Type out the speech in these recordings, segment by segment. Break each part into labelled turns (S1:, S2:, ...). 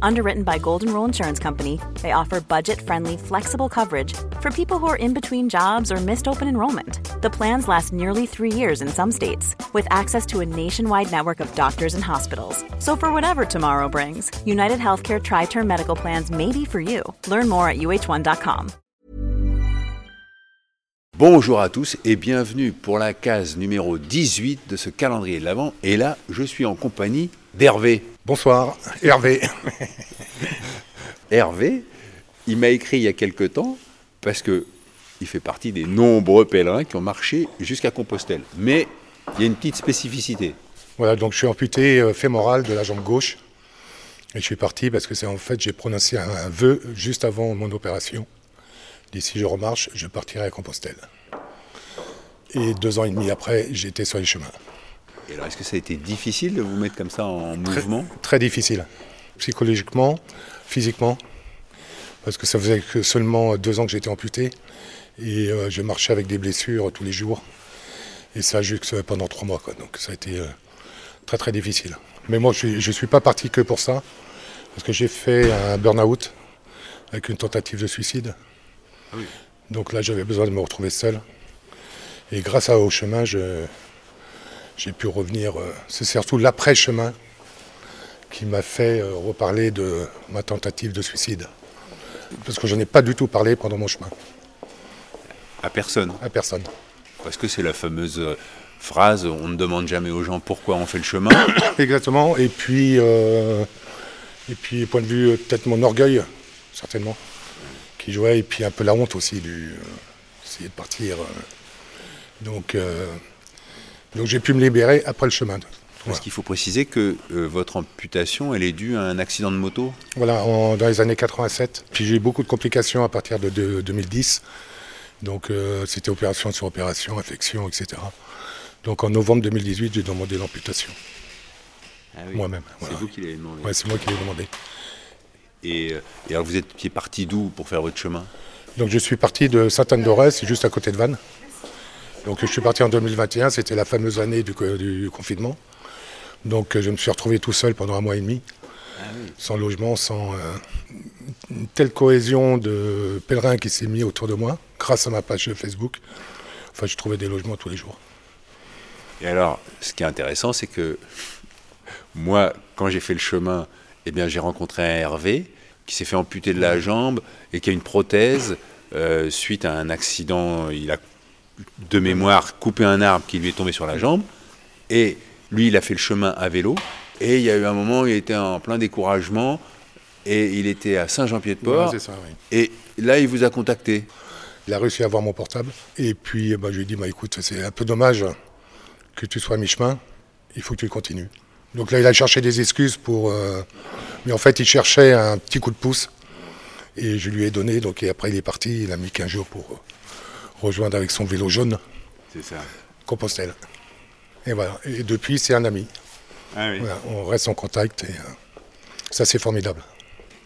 S1: Underwritten by Golden Rule Insurance Company, they offer budget friendly, flexible coverage for people who are in between jobs or missed open enrollment. The plans last nearly three years in some states, with access to a nationwide network of doctors and hospitals. So, for whatever tomorrow brings, United Healthcare Tri Term Medical Plans may be for you. Learn more at uh1.com.
S2: Bonjour à tous et bienvenue pour la case numéro 18 de ce calendrier de l'Avent. Et là, je suis en compagnie d'Hervé.
S3: Bonsoir, Hervé.
S2: Hervé, il m'a écrit il y a quelque temps parce que il fait partie des nombreux pèlerins qui ont marché jusqu'à Compostelle. Mais il y a une petite spécificité.
S3: Voilà, donc je suis amputé euh, fémoral de la jambe gauche. Et je suis parti parce que c'est en fait, j'ai prononcé un, un vœu juste avant mon opération. D'ici je remarche, je partirai à Compostelle. Et deux ans et demi après, j'étais sur les chemins.
S2: Et alors, est-ce que ça a été difficile de vous mettre comme ça en mouvement
S3: Très difficile, psychologiquement, physiquement, parce que ça faisait que seulement deux ans que j'étais amputé. Et euh, je marchais avec des blessures tous les jours. Et ça juste pendant trois mois. Quoi. Donc ça a été euh, très très difficile. Mais moi, je ne suis pas parti que pour ça. Parce que j'ai fait un burn-out avec une tentative de suicide. Donc là, j'avais besoin de me retrouver seul. Et grâce à Au Chemin, je- j'ai pu revenir. euh, C'est surtout l'après-chemin qui m'a fait euh, reparler de ma tentative de suicide. Parce que je n'ai pas du tout parlé pendant mon chemin,
S2: À personne.
S3: à personne.
S2: Parce que c'est la fameuse euh, phrase on ne demande jamais aux gens pourquoi on fait le chemin.
S3: Exactement. Et puis, euh, et puis point de vue, euh, peut-être mon orgueil, certainement, qui jouait, et puis un peu la honte aussi du euh, essayer de partir. euh. Donc, euh, donc j'ai pu me libérer après le chemin.
S2: Parce
S3: Voilà,
S2: qu'il faut préciser que euh, votre amputation, elle est due à un accident de moto.
S3: Voilà, en- dans les années 87. Puis j'ai eu beaucoup de complications à partir de, de- 2010. Donc euh, c'était opération sur opération, infection, etc. Donc en novembre 2018, j'ai demandé l'amputation.
S2: Ah
S3: Moi-même,
S2: C'est
S3: voilà.
S2: vous qui l'avez demandé.
S3: Ouais, c'est moi qui l'ai demandé.
S2: Et, euh, et alors vous étiez parti d'où pour faire votre chemin
S3: Donc je suis parti de Sainte-Anne-d'Auray, c'est juste à côté de Vannes. Donc je suis parti en 2021, c'était la fameuse année du, co- du confinement. Donc euh, je me suis retrouvé tout seul pendant un mois et demi, sans logement, sans euh, une telle cohésion de pèlerins qui s'est mis autour de moi, grâce à ma page Facebook. Enfin, je trouvais des logements tous les jours.
S2: Et alors, ce qui est intéressant, c'est que moi, quand j'ai fait le chemin, eh bien, j'ai rencontré un Hervé qui s'est fait amputer de la jambe et qui a une prothèse euh, suite à un accident. Il a, de mémoire, coupé un arbre qui lui est tombé sur la jambe. Et lui, il a fait le chemin à vélo. Et il y a eu un moment où il était en plein découragement et il était à Saint-Jean-Pied-de-Port.
S3: Ouais, c'est ça, oui.
S2: Et là, il vous a contacté.
S3: Il a réussi à avoir mon portable. Et puis, eh ben, je lui ai dit, bah, écoute, c'est un peu dommage que tu sois à mi-chemin. Il faut que tu continues. Donc là, il a cherché des excuses pour... euh, Mais en fait, il cherchait un petit coup de pouce. Et je lui ai donné. Donc, et après, il est parti. Il a mis 15 jours pour euh, rejoindre avec son vélo jaune
S2: C'est ça.
S3: Compostelle. Et voilà. Et depuis, c'est un ami.
S2: Ah
S3: Voilà, on reste en contact. Et euh, ça, c'est formidable.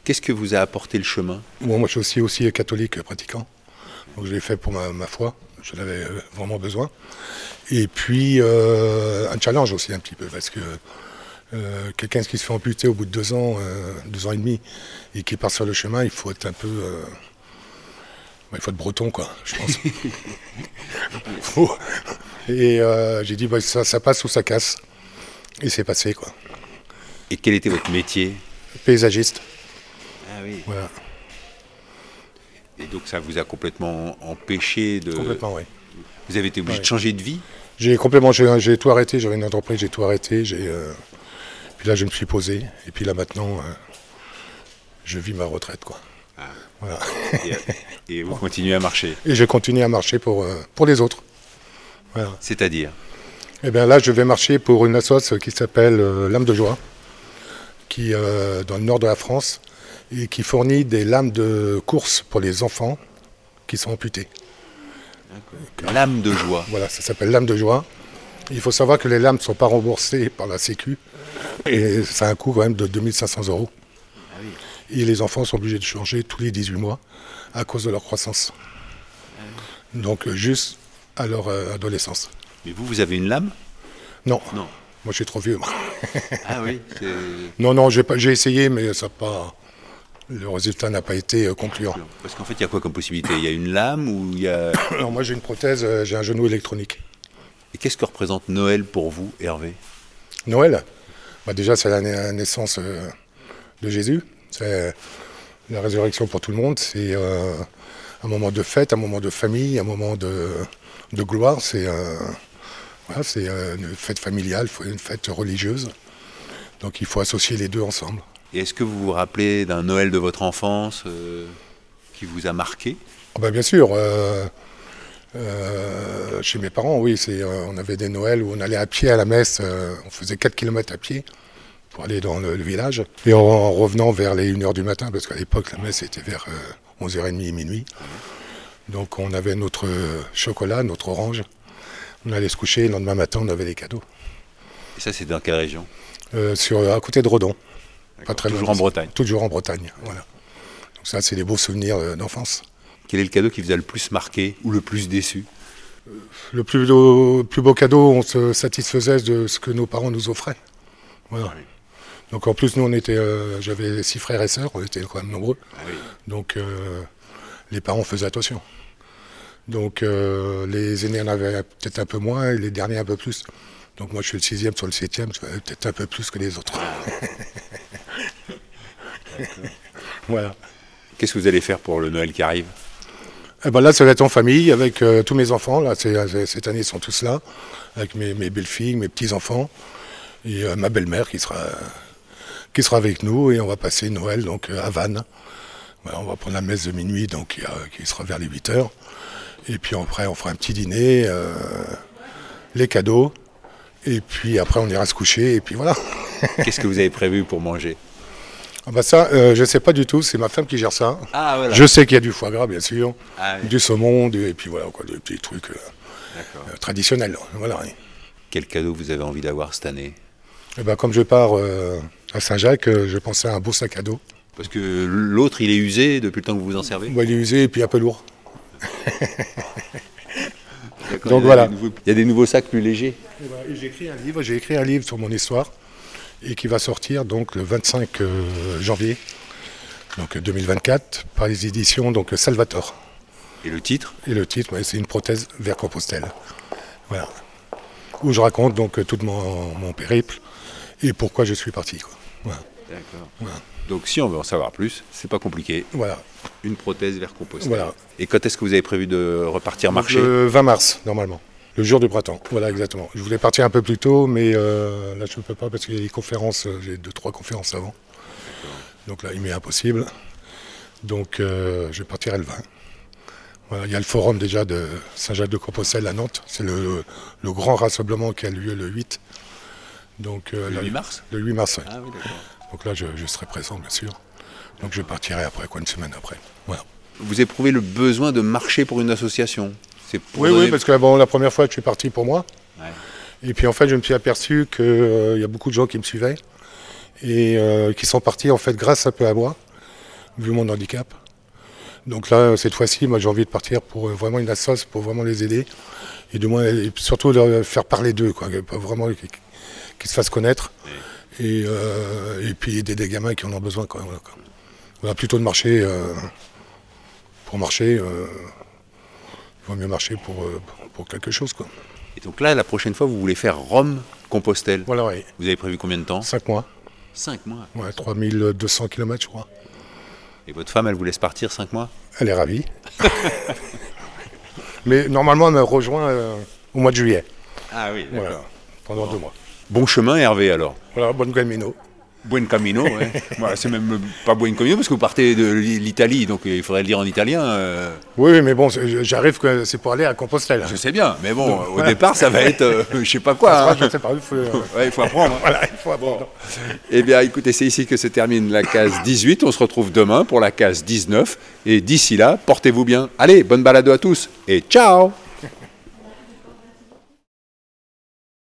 S2: Qu'est-ce que vous a apporté le chemin
S3: Bon, moi, je suis aussi, aussi catholique euh, pratiquant. Donc, je l'ai fait pour ma, ma foi. Je l'avais euh, vraiment besoin. Et puis, euh, un challenge aussi, un petit peu, parce que euh, quelqu'un qui se fait amputer au bout de deux ans, euh, deux ans et demi, et qui part sur le chemin, il faut être un peu. euh, bah, il faut être breton, quoi, je pense. Faut- et euh, j'ai dit, bah, ça, ça passe ou ça casse. Et c'est passé, quoi.
S2: Et quel était votre métier
S3: Paysagiste,
S2: Ah oui.
S3: voilà,
S2: Et donc ça vous a complètement empêché de...
S3: complètement, oui.
S2: Vous avez été obligé de
S3: Ouais.
S2: changer de vie
S3: J'ai complètement, j'ai j'ai tout arrêté. J'avais une entreprise, j'ai tout arrêté. J'ai, euh, puis là, je me suis posé. Et puis là, maintenant, euh, je vis ma retraite, quoi. Voilà.
S2: et, et vous continuez à marcher.
S3: Et je continue à marcher pour euh, pour les autres. Voilà.
S2: C'est-à-dire
S3: Et bien là, je vais marcher pour une association qui s'appelle euh, Lame de Joie, qui euh, dans le nord de la France et qui fournit des lames de course pour les enfants qui sont amputés.
S2: l'âme de joie.
S3: Voilà, ça s'appelle lame de joie. Il faut savoir que les lames ne sont pas remboursées par la Sécu. Et ça a un coût quand même de 2500 euros. Et les enfants sont obligés de changer tous les 18 mois à cause de leur croissance. Donc euh, juste à leur euh, adolescence.
S2: Mais vous, vous avez une lame
S3: Non,
S2: Non.
S3: moi je suis trop vieux. moi.
S2: Ah oui. c'est-
S3: Non, non, j'ai pas- j'ai essayé, mais ça a pas, le résultat n'a pas été euh, concluant.
S2: Parce qu'en fait, il y a quoi comme possibilité Il y a une lame ou il y a.
S3: Alors moi j'ai une prothèse, euh, j'ai un genou électronique.
S2: Et qu'est-ce que représente Noël pour vous, Hervé
S3: Noël, bah déjà c'est la na- naissance euh, de Jésus, c'est la résurrection pour tout le monde, c'est euh, un moment de fête, un moment de famille, un moment de, de gloire, c'est euh, voilà, c'est, euh, une fête familiale, faut- une fête religieuse. Donc il faut associer les deux ensemble.
S2: Et est-ce que vous vous rappelez d'un Noël de votre enfance euh, qui vous a marqué
S3: Ah bah, bien sûr, euh, euh, chez mes parents, oui, c'est, euh, on avait des Noëls où on allait à pied à la messe, euh, on faisait 4 km à pied pour aller dans le, le village. Et en, en revenant vers les 1h du matin, parce qu'à l'époque la messe était vers euh, 11h30, minuit. Donc on avait notre euh, chocolat, notre orange. On allait se coucher, le lendemain matin on avait les cadeaux.
S2: Et ça, c'est dans quelle région
S3: Euh, sur, à côté de Redon, pas très
S2: Toujours
S3: loin
S2: en
S3: d'ici.
S2: Bretagne.
S3: Toujours en Bretagne, voilà. Donc ça c'est des beaux souvenirs euh, d'enfance.
S2: Quel est le cadeau qui vous a le plus marqué ou le plus déçu
S3: Le plus beau, plus beau cadeau, on se satisfaisait de ce que nos parents nous offraient. Voilà. Donc en plus, nous, on était, euh, j'avais six frères et sœurs, on était quand même nombreux. Donc euh, les parents faisaient attention. Donc euh, les aînés en avaient peut-être un peu moins et les derniers un peu plus. Donc moi, je suis le sixième sur le septième, j'avais peut-être un peu plus que les autres. voilà.
S2: Qu'est-ce que vous allez faire pour le Noël qui arrive
S3: Eh ben là, ça va être en famille avec euh, tous mes enfants. Là, c'est- c'est- cette année, ils sont tous là, avec mes, mes belles-filles, mes petits-enfants et euh, ma belle-mère qui sera, qui sera avec nous. Et on va passer Noël donc euh, à Vannes. Voilà, on va prendre la messe de minuit, donc qui, euh, qui sera vers les 8 heures. Et puis après, on fera un petit dîner, euh, les cadeaux. Et puis après, on ira se coucher. Et puis voilà.
S2: Qu'est-ce que vous avez prévu pour manger
S3: Ah bah ça, euh, je sais pas du tout. C'est ma femme qui gère ça.
S2: Ah voilà.
S3: Je sais qu'il y a du foie gras, bien sûr,
S2: Ah oui.
S3: du saumon, du- et puis voilà, quoi, des petits trucs euh,
S2: D'accord.
S3: euh, traditionnels. Voilà.
S2: Quel cadeau vous avez envie d'avoir cette année
S3: Et ben, comme je pars euh, à Saint-Jacques, euh, je pensais à un beau sac à dos.
S2: Parce que l'autre, il est usé depuis le temps que vous vous en servez.
S3: Bon, il est usé et puis un peu lourd.
S2: D'accord,
S3: Donc
S2: il y a
S3: voilà.
S2: des nouveaux- Il y a des nouveaux sacs plus légers.
S3: Eh ben, et J'ai écrit un livre, j'ai écrit un livre sur mon histoire et qui va sortir donc le 25 euh, janvier donc 2024 par les éditions donc Salvatore.
S2: Et le titre
S3: Et le titre, ouais, c'est une prothèse vers Compostelle. Voilà. Où je raconte donc euh, tout mon, mon périple et pourquoi je suis parti. quoi. Voilà.
S2: D'accord.
S3: Voilà.
S2: Donc si on veut en savoir plus, c'est pas compliqué.
S3: Voilà.
S2: Une prothèse vers compost.
S3: Voilà.
S2: Et quand est-ce que vous avez prévu de repartir marcher
S3: Le 20 mars, normalement. Le jour du printemps. Voilà, exactement. Je voulais partir un peu plus tôt, mais euh, là, je ne peux pas parce qu'il y a des conférences. euh, J'ai deux, trois conférences avant. Donc là, il m'est impossible. Donc, euh, je partirai le 20. Voilà, il y a le forum déjà de Saint-Jacques-de-Compostelle à Nantes. C'est le, le grand rassemblement qui a lieu le 8. Donc, euh,
S2: Le
S3: là,
S2: 8 mars
S3: Le 8 mars, ouais.
S2: Ah oui, d'accord.
S3: Donc là, je, je serai présent, bien sûr. Donc, je partirai après, quoi, une semaine après. Voilà.
S2: Vous éprouvez le besoin de marcher pour une association C'est pour
S3: Oui,
S2: donner-
S3: oui, parce que bon, la première fois que je suis parti pour moi,
S2: Ouais.
S3: Et puis en fait, je me suis aperçu qu'il y a beaucoup de gens qui me suivaient et euh, qui sont partis en fait grâce un peu à moi, vu mon handicap. Donc là, euh, cette fois-ci, moi j'ai envie de partir pour euh, vraiment une association, pour vraiment les aider et du moins et surtout leur faire parler d'eux, quoi, que- pas vraiment qu'ils qu'ils se fassent connaître et, euh, et puis aider des gamins qui en ont besoin. Quoi, voilà, quoi. Voilà, plutôt de marcher euh, pour marcher, euh, il vaut mieux marcher pour, euh, pour- pour quelque chose. Quoi.
S2: Et donc là, la prochaine fois, vous voulez faire Rome, Compostelle.
S3: Voilà, ouais.
S2: Vous avez prévu combien de temps
S3: 5 mois.
S2: Cinq mois.
S3: Ouais, 3200 km, je crois.
S2: Et votre femme, elle vous laisse partir cinq mois
S3: Elle est ravie. Mais normalement, elle me rejoint euh, au mois de juillet.
S2: Ah oui,
S3: Voilà, pendant deux mois.
S2: Bon chemin, Hervé, alors.
S3: Voilà, bonne gamino.
S2: Buen camino, ouais. Voilà, c'est même pas buen camino parce que vous partez de l'Italie, donc il faudrait le dire en italien. euh,
S3: Oui, oui, mais bon, c'est- j'arrive que c'est pour aller à Compostelle.
S2: je sais bien, mais bon, au
S3: voilà.
S2: départ, ça va être, euh, je sais pas quoi.
S3: Ah,
S2: hein.
S3: je sais pas, il faut, euh,
S2: Ouais, il faut apprendre. hein.
S3: voilà, il faut apprendre.
S2: Eh bien, écoutez, c'est ici que se termine la case 18. On se retrouve demain pour la case 19. Et d'ici là, portez-vous bien. Allez, bonne balado à tous et ciao